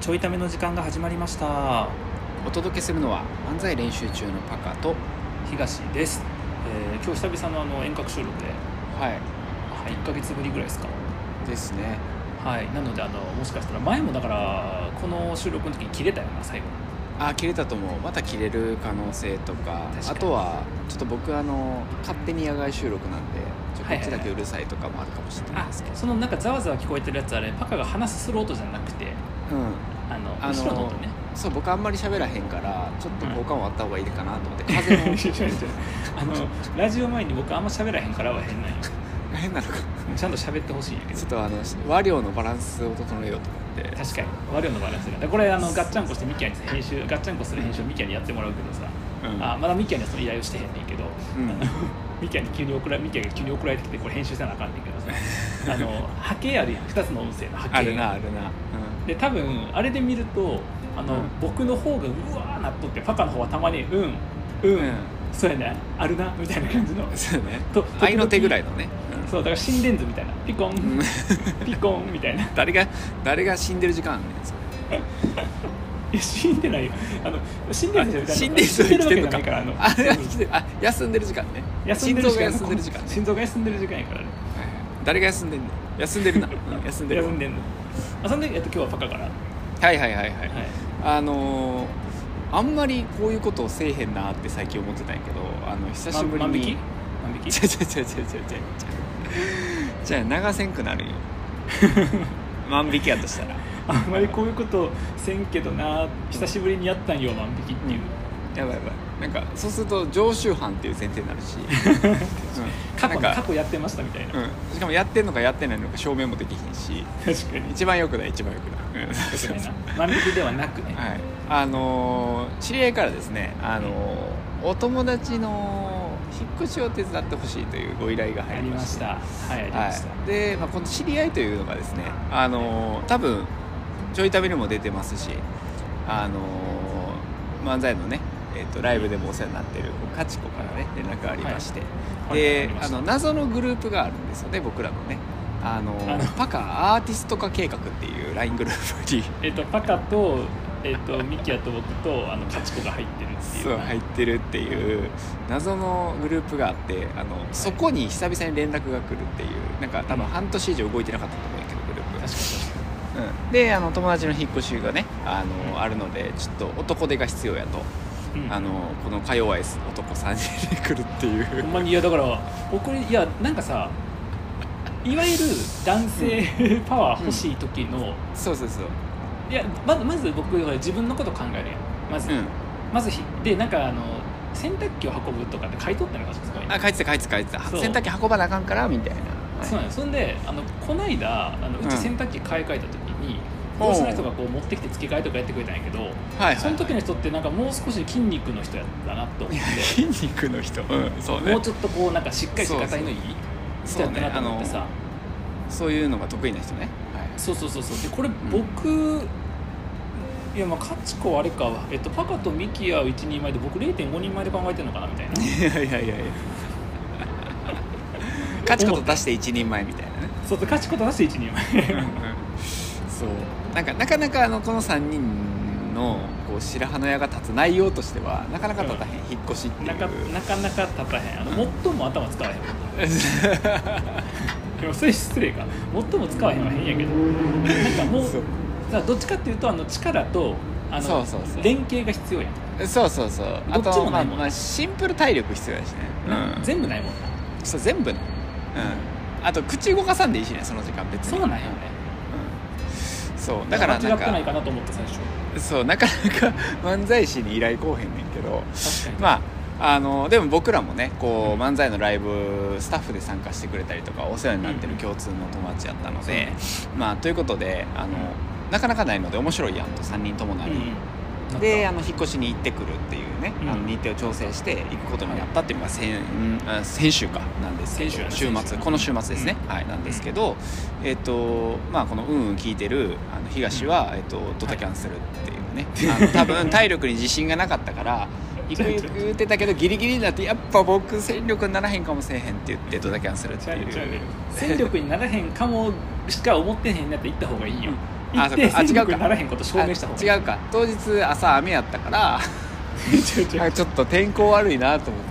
ちょいための時間が始まりましたお届けするのは漫才練習中のパカと東です、えー今日久々のあの遠隔収録でははい1ヶ月ぶりぐらいですかいですねはいなのであのもしかしたら前もだからこの収録の時に切れたよな最後あ切れたと思うまた切れる可能性とか確かにあとはちょっと僕あの勝手に野外収録なんでちょはこいはいはいっちだけうるさいとかもあるかもしれないあですけど、そのなんかざわざわ聞こえてるやつあれパカが話する音じゃなくてあのあの後ろの音ねうんそう僕あんまり喋らへんからちょっとうん効果音あった方がいいかなと思って違う風も違う違う あのラジオ前に僕あんま喋らへんからは変なんよ 変なのかちゃんと喋ってほしいんやけどちょっとあの和量のバランスを整えようと思って確かに悪いのバランスがこれあのガッチャンコしてミキヤに編集ガッチャンコする編集をミキヤにやってもらうけどさ、うんあまだミキヤにはその依頼をしてへんねんけど、 うんあのミキヤに急に送らミキヤが急に送られてきてこれ編集せなあかんねんけど さあの波形あるやん2つの音声の波形あるなあるな、うんで多分あれで見るとあの、うん僕の方がうわーなっとってパカの方はたまに「うんうん、うんそうやねあるな」みたいな感 じのそうねと愛の手ぐらいのね、うんそうだから心電図みたいなピコン うんピコンみたいな誰が誰が死んでる時間あんねんそれいや死んでないよあの死んでるみたいな死んでる人生きてるのか死んでるわけじゃないからああれのは生きてるあ休んでる時間ね休んでる時間心臓が休んでる時間ね心臓が休んでる時間やからねはいはい誰が休んでんねん休んでるな、うん休んで る休んでんのあそんで、えっと、今日はパカからはいはいはいはいはい、あのーあんまりこういうことをせえへんなって最近思ってたんやけどあの久しぶりま万引きに万引きちゃちゃちゃちゃちゃちゃじゃあ流せんくな るよ万引きやとしたらあんまりこういうことせんけどな久しぶりにやったんよ万引きっていう、やばいやばいなんかそうすると常習犯っていう前提に なるし、うん過去のなん過去やってましたみたいな、うん、しかもやってんのかやってないのか証明もできひんし確かに一番よくない一番よくない、うん確かにな万引きではなくね、 はいあのー知り合いからですね、あのーお友達の引っ越しを手伝ってほしいというご依頼があ入りりままししたたはいありました、はい、で、まあ、この知り合いというのがですね、あのー多分ちょい旅にも出てますし、あのー漫才のね、えっとライブでもお世話になってるカチコからね連絡がありまして、はいはいあでりまあしたの謎のグループがあるんですよね僕らのね。あのーあのパカアーティスト化計画っていう LINE グループにえっとパカとえっとミキヤと僕とあのカチコが入ってるっていうそう入ってるっていう謎のグループがあってあのそこに久々に連絡が来るっていうなんか多分半年以上動いてなかったと思うんやけどグループ確かにうん、であの友達の引っ越しがねあの、あるのでちょっと男手が必要やと、確かに、うんあのこのか弱い男3人で来るっていうほんまにいやだから僕いやなんかさいわゆる男性パワー欲しい時の、そうそうそういやまずまず僕自分のこと考えるやんまず、うんまずひでなんかあの洗濯機を運ぶとかって書いとったのかそこにあ帰ってた帰ってた帰ってたそう洗濯機運ばなあかんからみたいなそうなんやそんであのこないだあのううんち洗濯機買い替えた時に業者の人がこう持ってきて付け替えとかやってくれたんやけどはいはいはいその時の人ってなんかもう少し筋肉の人やったなと思っいやて筋肉の人、うん、そうねもうちょっとこうなんかしっかりした硬いのいい人そやうったねなとあ思っのてさそういうのが得意な人ね、はいそうそうそうそうでこれ僕、いやまあカチコはあれか、えっと、パカとミキは1人前で僕0.5人前で考えてるのかなみたいないやいやいやいや 勝ちこと出して一人前みたいなねそうそうカチコと出して1人前 そうなんかなかなかあのこの3人のこう白羽の矢が立つ内容としてはなかなか立たへん、引っ越しっていうなかなかなか立たへんあの最も頭使わへんも んでもそれ失礼か最も使わへんは変やけどなんかもうそうだからどっちかっていうとあの力とあのそうそうそう連携が必要やん、そうそうそうあどっちもと、まないあもんまあ、シンプル体力必要だしね、うん、全部ないもんなそう全部ね、うん、あと口動かさんでいいしねその時間別にそうなんよねうんそうだから間違なんってないかかなと思った最初そうなかなか 漫才師に依頼こうへんねんけど確かまあ、あのでも僕らもねこう漫才のライブスタッフで参加してくれたりとかお世話になってる共通の友達やったので、まあ、ということであのなかなかないので面白いやんと3人ともなり、に、うんうん、であの引っ越しに行ってくるっていうね、あうんの日程を調整して行くことになったっていうのが先,、うんあ先週かなんですけど先週やね週先週末この週末ですね、はい、なんですけど、えっとまあ、この「うんうん」聞いてるあの東は、えっと、ドタキャンするっていうね、あの多分体力に自信がなかっ たから行く行く言ってたけどギリギリになってやっぱ僕戦力にならへんかもせえへんって言ってドタキャンするって違うい違う違うう。戦力にならへんかもしか思ってへんなって言った方がいいよあ一そ定っかあ違うか戦力にならへんこと証明した方がいいあ違うか当日朝雨やったから違う違う あちょっと天候悪いなと思っ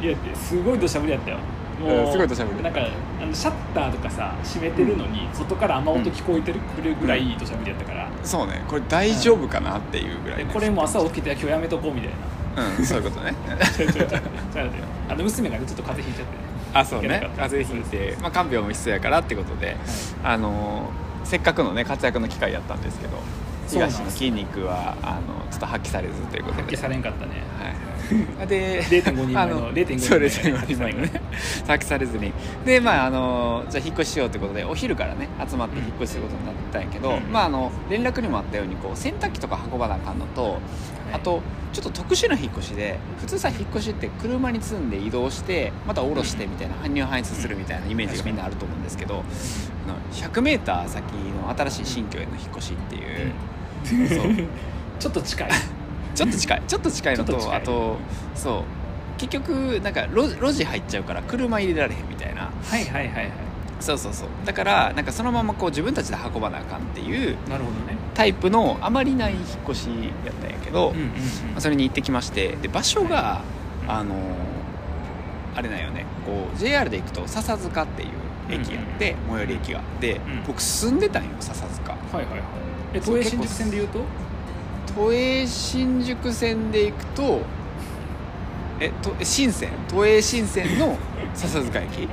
ていやすごい土砂降りやったようんすごい土砂降りなんかあのシャッターとかさ閉めてるのに、外から雨音聞こえてるくるぐらい土砂降りやったから、そうねこれ大丈夫かなっていうぐらいでねこれも朝起きて今日やめとこうみたいな うんそういうことね違う違う違う違う違うあの娘がねちょっと風邪ひいちゃってねあそういけなねかった風邪ひいて、まあ、看病も必要やからってことで、あのーせっかくのね活躍の機会やったんですけどそうなんです東の筋肉はあのちょっと発揮されずということで発揮されんかったねはい、で0.5人前のあ0.5人そう前の0.5人前のね発揮されずにでまああのじゃあ引っ越ししようってことでお昼からね集まって引っ越しすることになったんやけど、うんまああの連絡にもあったようにこう洗濯機とか運ばなあかんのとあとちょっと特殊な引っ越しで普通さ引っ越しって車に積んで移動してまた下ろしてみたいな搬入搬出するみたいなイメージがみんなあると思うんですけどあの 100m 先の新しい新居への引っ越しっていう。そうちょっと近いちょっと近いちょっと近いのちょっとと近いあとそう結局なんか路路地入っちゃうから車入れられへんみたいなはいはいはいはそうそうそうだからなんかそのままこう自分たちで運ばなあかんっていういなるほどねタイプのあまりない引っ越しやったんやけど、うんうんうんまあそれに行ってきましてで場所がうんあのーあれなんよねこう JR で行くと笹塚っていう駅やって、最寄り駅がで、ん僕住んでたんよ笹塚はいはいはいえそう東映新宿線で言うと都営新宿線で行くとえとえ新線都営新線の笹塚駅、うんうん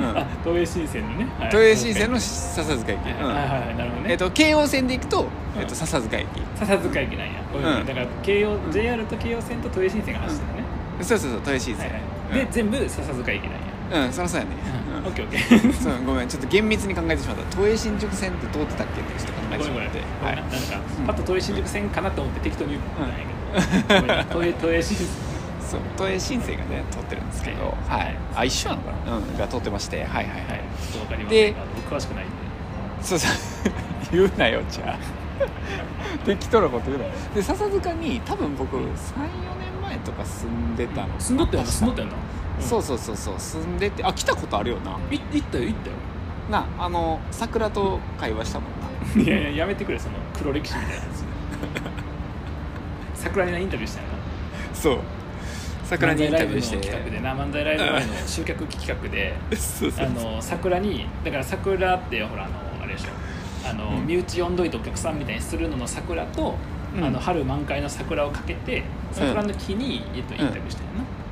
あ、東映新線のね、はい都営新線の笹塚駅、はういはいんはいはいなるほどねえっと京王線で行くと、えっうと、ん笹塚駅笹塚駅なんや、うんだから京王 JR と京王線と都営新線が走ってるね、そうそうそう都営新はい線、はい、で全部笹塚駅なんや、うん、うん、そのそうやね、オッケーオッケうーん、そうごめんちょっと厳密に考えてしまった都営新宿線って通ってたっけってちょっと考ごめえてしんごまめん、ってごめんはないんかパッと都営新宿線かなと思って適当に言ったんやけど、ごめんな都営都営新線そう都営新線がね通ってるんですけど、はいはい、あ一緒なのかな、うん、が通ってましてはいはいははいいちょっとわかりませでんあの僕詳しくないんでそうそう言うなよじゃあ 適当なこと言うなよで笹塚に多分僕34年前とか住んでたの住んどったよな住んどったよなそううそうそうそう住んでてあ来たことあるよなんい行ったよ行ったよなあの桜と会話したもんないやいややめてくれその黒歴史みたいなやつ 桜になインタビューしたよなそう桜にインタビューして漫才ライブの企画でな漫才ライブ前の集客企画でそうそうあの桜にだから桜ってほらあのあれでしょあの、うん身内呼んどいてお客さんみたいにするのの桜と、うんあの春満開の桜をかけて桜の木に、えっと、インタビューしたよ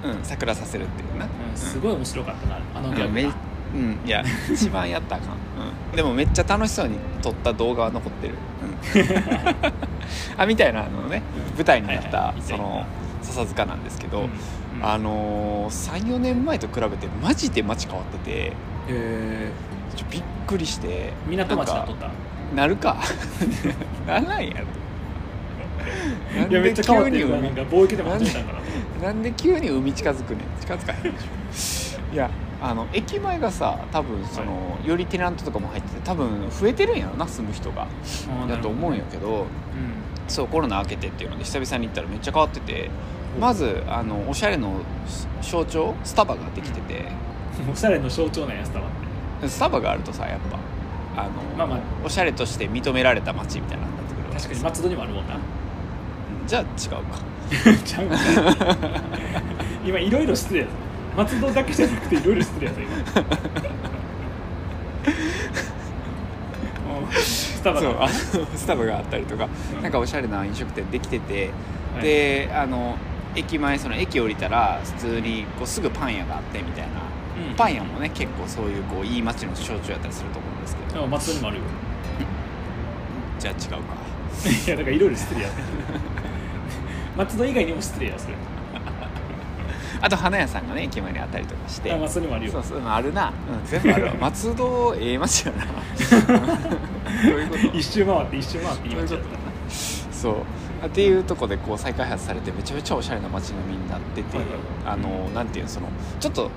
な、うん桜させるっていうな、うんすいごい面白かったなあのギャうグんめなうん、 いや一番やったらあかん、うん、でもめっちゃ楽しそうに撮った動画は残ってる、 うん、あみたいなあのね舞台になった、はいはいその笹塚なんですけど、うんあのー、34年前と比べてマジで街変わっててえちょびっくりしてー港町だなっんとっかたなるか ならないやろなんいやめっでちゃ変わっ急てるにななんか海貿易でも始めたんかななんで急に海近づくねん近づかへんでしょいやあの駅前がさ多分その、よりテナントとかも入ってて多分増えてるんやろな住む人があーなだるとほど思うんやけどうんそうコロナ明けてっていうので久々に行ったらめっちゃ変わっててまずあのおしゃれの象徴スタバができてて、おしゃれの象徴なんやスタバってスタバがあるとさやっぱあの、まあまあおしゃれとして認められた街みたいなのになってくるわけ確かでにす松戸にもあるもんなじゃあ違うかちゃうか 今いろいろ失礼やぞ松戸だけじゃなくていろいろ失礼やぞ 今もうスタバそうだあのスタバがあったりとか、うんなんかおしゃれな飲食店できてて、はいであの駅前その駅降りたら普通にこうすぐパン屋があってみたいな、うんパン屋もね結構そういうこういい街の象徴やったりすると思うんですけど、あ松戸にもあるよ じゃあ違うかいやだからいろいろ失礼やぞ松戸以外にも失礼やそれあと花屋さんがね駅前にあったりとかしてあ松戸にもあるよそうそううんあるな、うん、全部あ るわ松戸ええ街やなどういうこと一周回って一周回って今ちゃったそうあっていうとこでこう再開発されてめちゃめちゃおしゃれな街並みになってて、はいはいあのなんていうのそのちょっと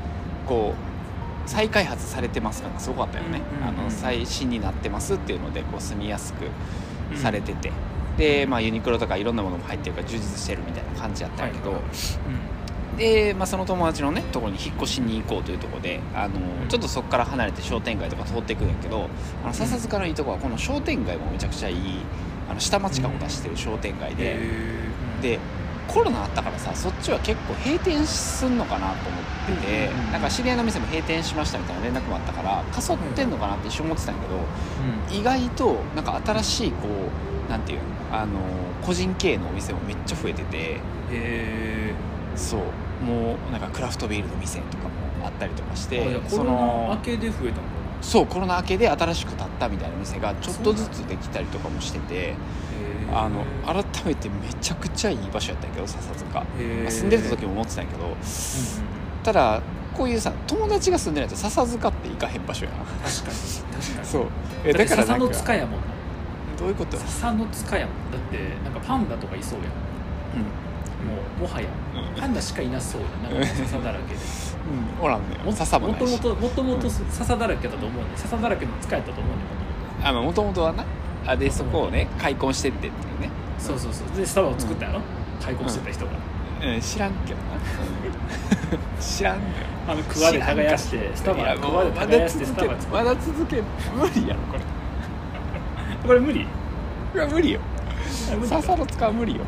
こう再開発されてます感がすごかったよね、うんうんうんあの最新になってますっていうのでこう住みやすくされてて、で、まあ、ユニクロとかいろんなものも入ってるから充実してるみたいな感じやったんやけど、うんで、まあ、その友達のねところに引っ越しに行こうというところであのちょっとそこから離れて商店街とか通っていくんやけどあの笹塚のいいとこはこの商店街もめちゃくちゃいいあの下町感を出してる商店街で、でコロナあったからさそっちは結構閉店すんのかなと思ってて、うんうんうんなんか知り合いの店も閉店しましたみたいな連絡もあったからかそってんのかなって一瞬思ってたんやけど、意外となんか新しいこうなんていうのあの個人経営のお店もめっちゃ増えててえそうもうなんかクラフトビールの店とかもあったりとかしえてコそロナの明けで増えたのかそうコロナ明けで新しく建ったみたいな店がちょっとずつできたりとかもしててなあの改めてめちゃくちゃいい場所やったんやけど笹塚、まえあ、住んでた時も思ってたんやけどただこういうさ友達が住んでないと笹塚って行かへん場所やん確かに確かにそうだえってだからな笹んのか塚やもんなどういうこと、笹の塚やもんだってなんかパンダとかいそうやんもうもはやうんうんパンダしかいなそうやんなんか笹だらけでうん、おらんね笹ももなといしもともともと笹だらけだと思うんで笹だらけの使えたと思うんでもともあもともとはなあでそこをね開墾してってっていうね、とそうそうそうでスタバを作ったやろ開墾してた人がうん、知らんけどな 知らんよあのクワで耕してスタいバやクもワでうまだ耕して続スけタるバ作まだ続ける無理やろこれったこれ無理うわ無理よあ無理か笹の塚は無理よ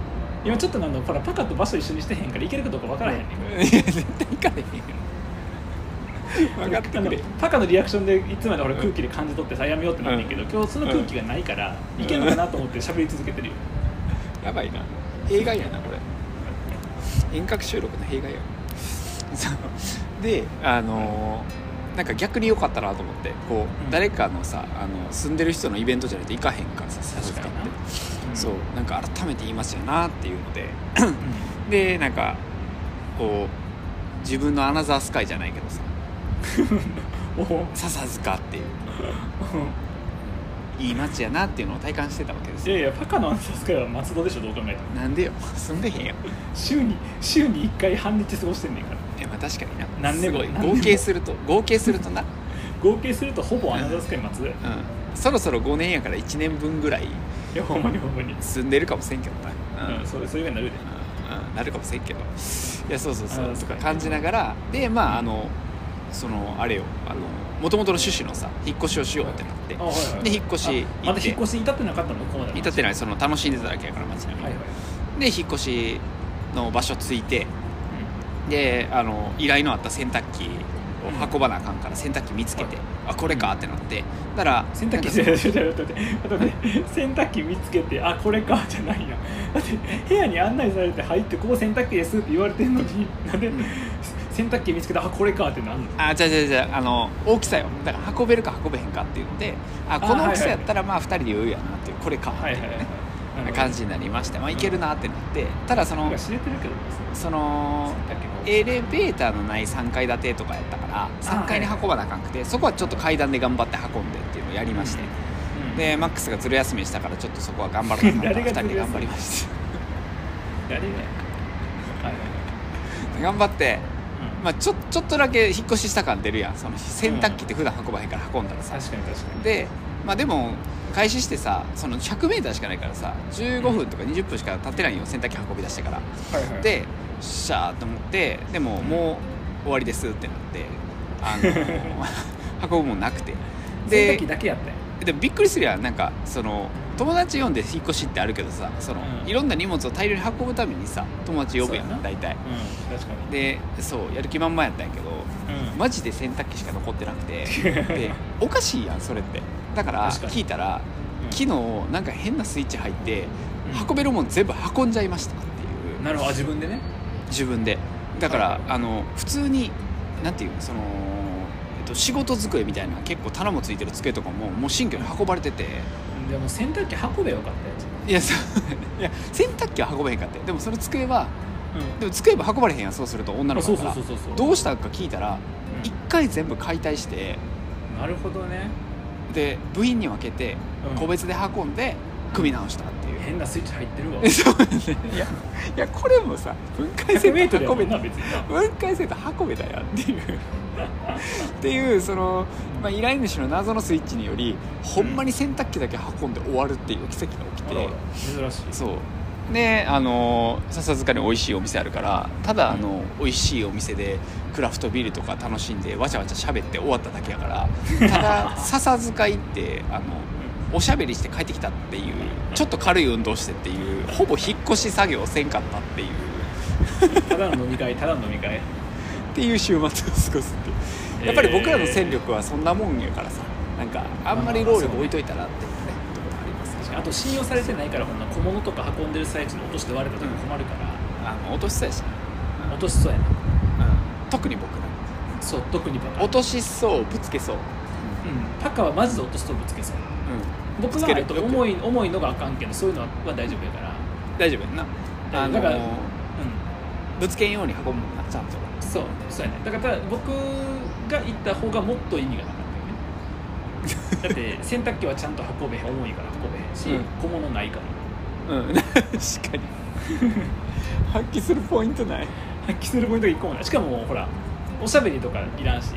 今ちょっとなんだほらパカと場所一緒にしてへんから行けるかどうか分からへんねんいや絶対行かれへんよ分かってくれパカのリアクションでいつまで俺空気で感じ取ってさやめようってなんねんけど、今日その空気がないから、うんいけるのかなと思って喋り続けてるよ、やばいな弊害やなこれ遠隔収録の弊害やそうであのーなんか逆に良かったなと思ってこう、うん誰かのさあの住んでる人のイベントじゃないと行かへんからさ笹塚って確かにそうなんか改めて言いますよなっていうのでうん、でなんかこう自分のアナザースカイじゃないけどさおお笹塚っていういい街やなっていうのを体感してたわけですいやよいやパカのアンサースカイは松戸でしょどう考えてもなんでよ住んでへんよ週に週に1回半日過ごしてんねんからいやまあ確かにな何年もす何ご年もい合計すると合計するとな、うん、合計するとほぼアナザースカイ松戸やそろそろ5年やから1年分ぐらいいやほんまにほんまに住んでるかもせんけどなうん、ううんん、それそういうふうになるでうんなるかもせんけどいやそうそうそあうーとそっかか感じながらでまああのそのあれよあの元々の趣旨のさ引っ越しをしようってなってあ、はいはいで引っ越し行ってあまだ引っ越しに至ってなかったのここまで至ってないその楽しんでただけやから街並み、はいはい、で引っ越しの場所着いてであの依頼のあった洗濯機を運ばなあかんから洗濯機見つけて、はあこれかってなってだから洗濯機なんじゃか待って待って待って洗濯機見つけてあこれかじゃないやだって部屋に案内されて入ってここ洗濯機ですって言われてんのになんでうん洗濯機見つけてあこれかってなんのあじゃじゃじゃあの大きさよだから運べるか運べへんかっていうのでああこの大きさはいやはいったらまあ2人で余裕やなっていうこれかってはいいうはいはいねはい感じになりましてまあいけるなってなってただそなんのか知れてるけどそのエレベーターのない3階建てとかやったから3階に運ばなあかんくてそこはちょっと階段で頑張って運んでっていうのをやりまして、ででマックスがずる休みしたからちょっとそこは頑張らなあかんから 誰が2人ずる休みで頑張りました誰がはいはい頑張って、うんまあ、ちょちょっとだけ引っ越しした感出るやんその洗濯機って普段運ばへんから運んだらさ、確かに確かにで、まあ、でも開始してさその 100m しかないからさ15分とか20分しか経ってないよ洗濯機運び出してからはいはいでシャーと思ってでももう終わりですってなってあ の 運ぶもんなくて洗で濯機だけやったよでもびっくりするやんなんかその友達呼んで引っ越しってあるけどさその、うんいろんな荷物を大量に運ぶためにさ友達呼ぶやそうやんな大体うん確かにでそうやる気満々やったんやけどうんマジで洗濯機しか残ってなくて でおかしいやんそれってだから確かに聞いたらうん昨日なんか変なスイッチ入ってうん運べるもん全部運んじゃいましたっていうなるほどあ自分でね自分でだかはらいあの普通になんていうのその、えっと、仕事机みたいな結構棚もついてる机とかももう新居に運ばれててでも洗濯機運べよかったやついやそう いや洗濯機は運べへんかってでもその机はうんでも机は運ばれへんやんそうすると女の子そうだかそうらそうそうそうどうしたか聞いたら一回全部解体してなるほどね、で部品に分けてうん個別で運んで組み直したっていう、変なスイッチ入ってるわそうね いやいやこれもさ分解せ1 0 0んとルや運もんべな別にな分解せんと運べだよっていうっていうその、まあ、依頼主の謎のスイッチによりほんまに洗濯機だけ運んで終わるっていう奇跡が起きて、珍しいそうであの笹塚に美味しいお店あるからただあの美味しいお店でクラフトビールとか楽しんでわちゃわちゃ喋って終わっただけや からただ笹塚行ってあのおしゃべりして帰ってきたっていうちょっと軽い運動してっていうほぼ引っ越し作業せんかったっていうただの飲み会ただの飲み会っていう週末を過ごす ってやっぱり僕らの戦力はそんなもんやからさなんかあんまり労力置いといたらっていうねところありますあと信用されてないからこんな小物とか運んでる最中に落として割れた時困るから、あの落としそうやしね落としそうやな特に僕らそう特にパカ落としそうぶつけそう、うんパカはマジで落とすとぶつけそう僕ぶつはけるえっとよく重い重いのがあかんけどそういうのはは大丈夫やから大丈夫やんなあのだからぶつけんように運ぶもんなちゃんとうんそうそうやねだからただ僕が行った方がもっと意味がなか ったよねだって洗濯機はちゃんと運べへん重いから運べへんし、うん小物ないからうん 確かに発揮するポイントない発揮するポイントが1個もないしかもほらおしゃべりとかいらんし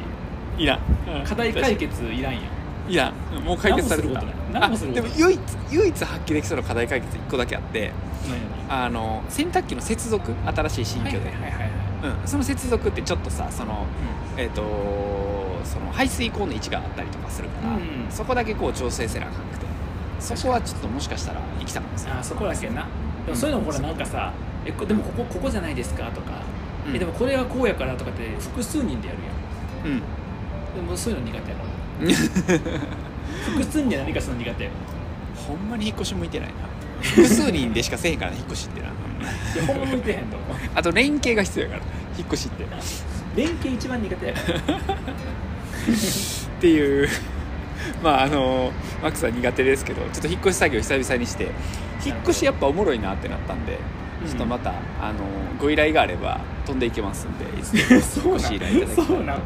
いらん、課題解決いらんやんいらんもう解決されてた何もすることない何もすることないあでも唯一唯一発揮できそうな課題解決1個だけあって何あの洗濯機の接続新しい新居々はいで、はいはいはいうん、その接続ってちょっとさそのえっ、とその排水口の位置があったりとかするから、うんうんそこだけこう調整せなあかんくてそこはちょっともしかしたら生きたかもしれないあーそこだけなでもそういうのもほらなんかさ「えこでもここここじゃないですか」とか、え「でもこれはこうやから」とかって複数人でやるやんうん、うんでもそういうの苦手やろ 複数人で何かするの苦手やろほんまに引っ越し向いてないな複数人でしかせえへんから引っ越しってなやいほんま向いてへんと思うあと連携が必要やから引っ越しってっ連携一番苦手やからていう まああのマックスは苦手ですけどちょっと引っ越し作業久々にして引っ越しやっぱおもろいなってなったんでうんちょっとまた、あのご依頼があれば飛んでいけますんでいつでもそうごな依ん頼いただそけうたらなんはい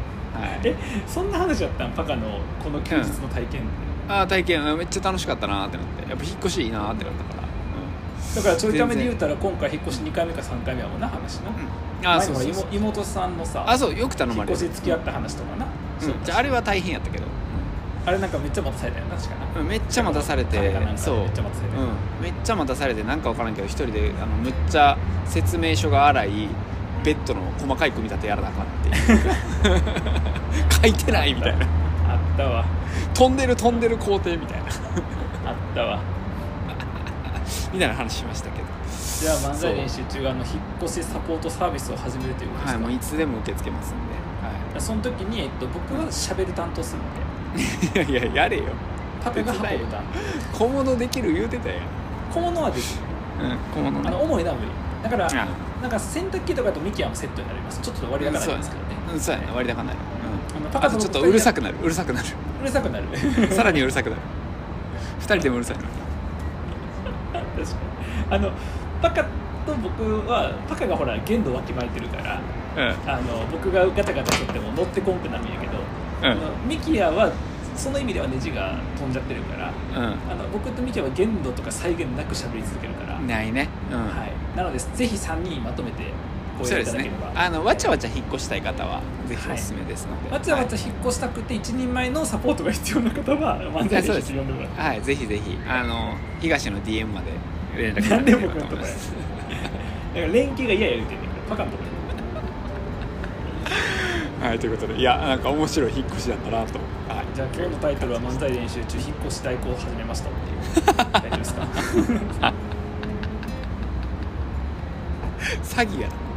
えそんな話だったんパカのこの休日の体験、ああ体験めっちゃ楽しかったなってなってやっぱ引っ越しいいなってなったから、だからちょいためで言うたら今回引っ越し2回目か3回目はもうな話な、うん、あ前あにそうほらそうそう妹妹さんのさあそうよく頼引まっれる越し付き合った話とかな、そううんじゃああれは大変やったけど、あれなんかめっちゃ待たされたよな確かなうんめっちゃ待たされて金かなんかそうめっちゃ待たされてうん、めっちゃ待たされてなんか分からんけど一人であのむっちゃ説明書が荒いベッドの細かい組み立てやらなあかんっていう 書いてないみたいなあったわ飛んでる飛んでる工程みたいなあったわみたいな話しましたけどじゃあ漫才練習中あの引っ越しサポートサービスを始めるということではすいか、もういつでも受け付けますんで、はその時に、えっと、僕はしゃべる担当するんでい、 いやいややれよパペが運ぶ担小物できる言うてたやん、当小物はできるうん、小物あねの重いのは無理だからあなんか洗濯機とかとミキアもセットになりますちょっと割高なんですけどねうんそうやね割高になる、あのうん、パあカととちょっとうるさくくなるうるさくなるうるさくなる さらにうるさくなる二人でもうるさい確かにあのパカと僕はパカがほら限度わきまえてるからうあの僕がガタガタしとっても乗ってこんくなるんやけど、あんのミキヤはその意味ではネジが飛んじゃってるからうあの僕とミキヤは限度とか再現なく喋り続けるから、んないねうん、はい、なのでぜひ3人まとめてごそう用意でいたすだけねれば、あのわちゃわちゃ引っ越したい方はぜひおすすめですので、わちゃわちゃ引っ越したくて一人前のサポートが必要な方は漫才そうでで一す緒に呼んでもらってはい、はいぜひぜひあの東の DM まで連絡なんで僕いたのだとこければろ思いまやだかすら連携が嫌や言うてんねんけどパカのところやはいということでいやなんか面白い引っ越しだったなとはいじゃあ今日のタイトルは漫才練習中引っ越し代行を始めましたっていう大丈夫ですか詐欺やな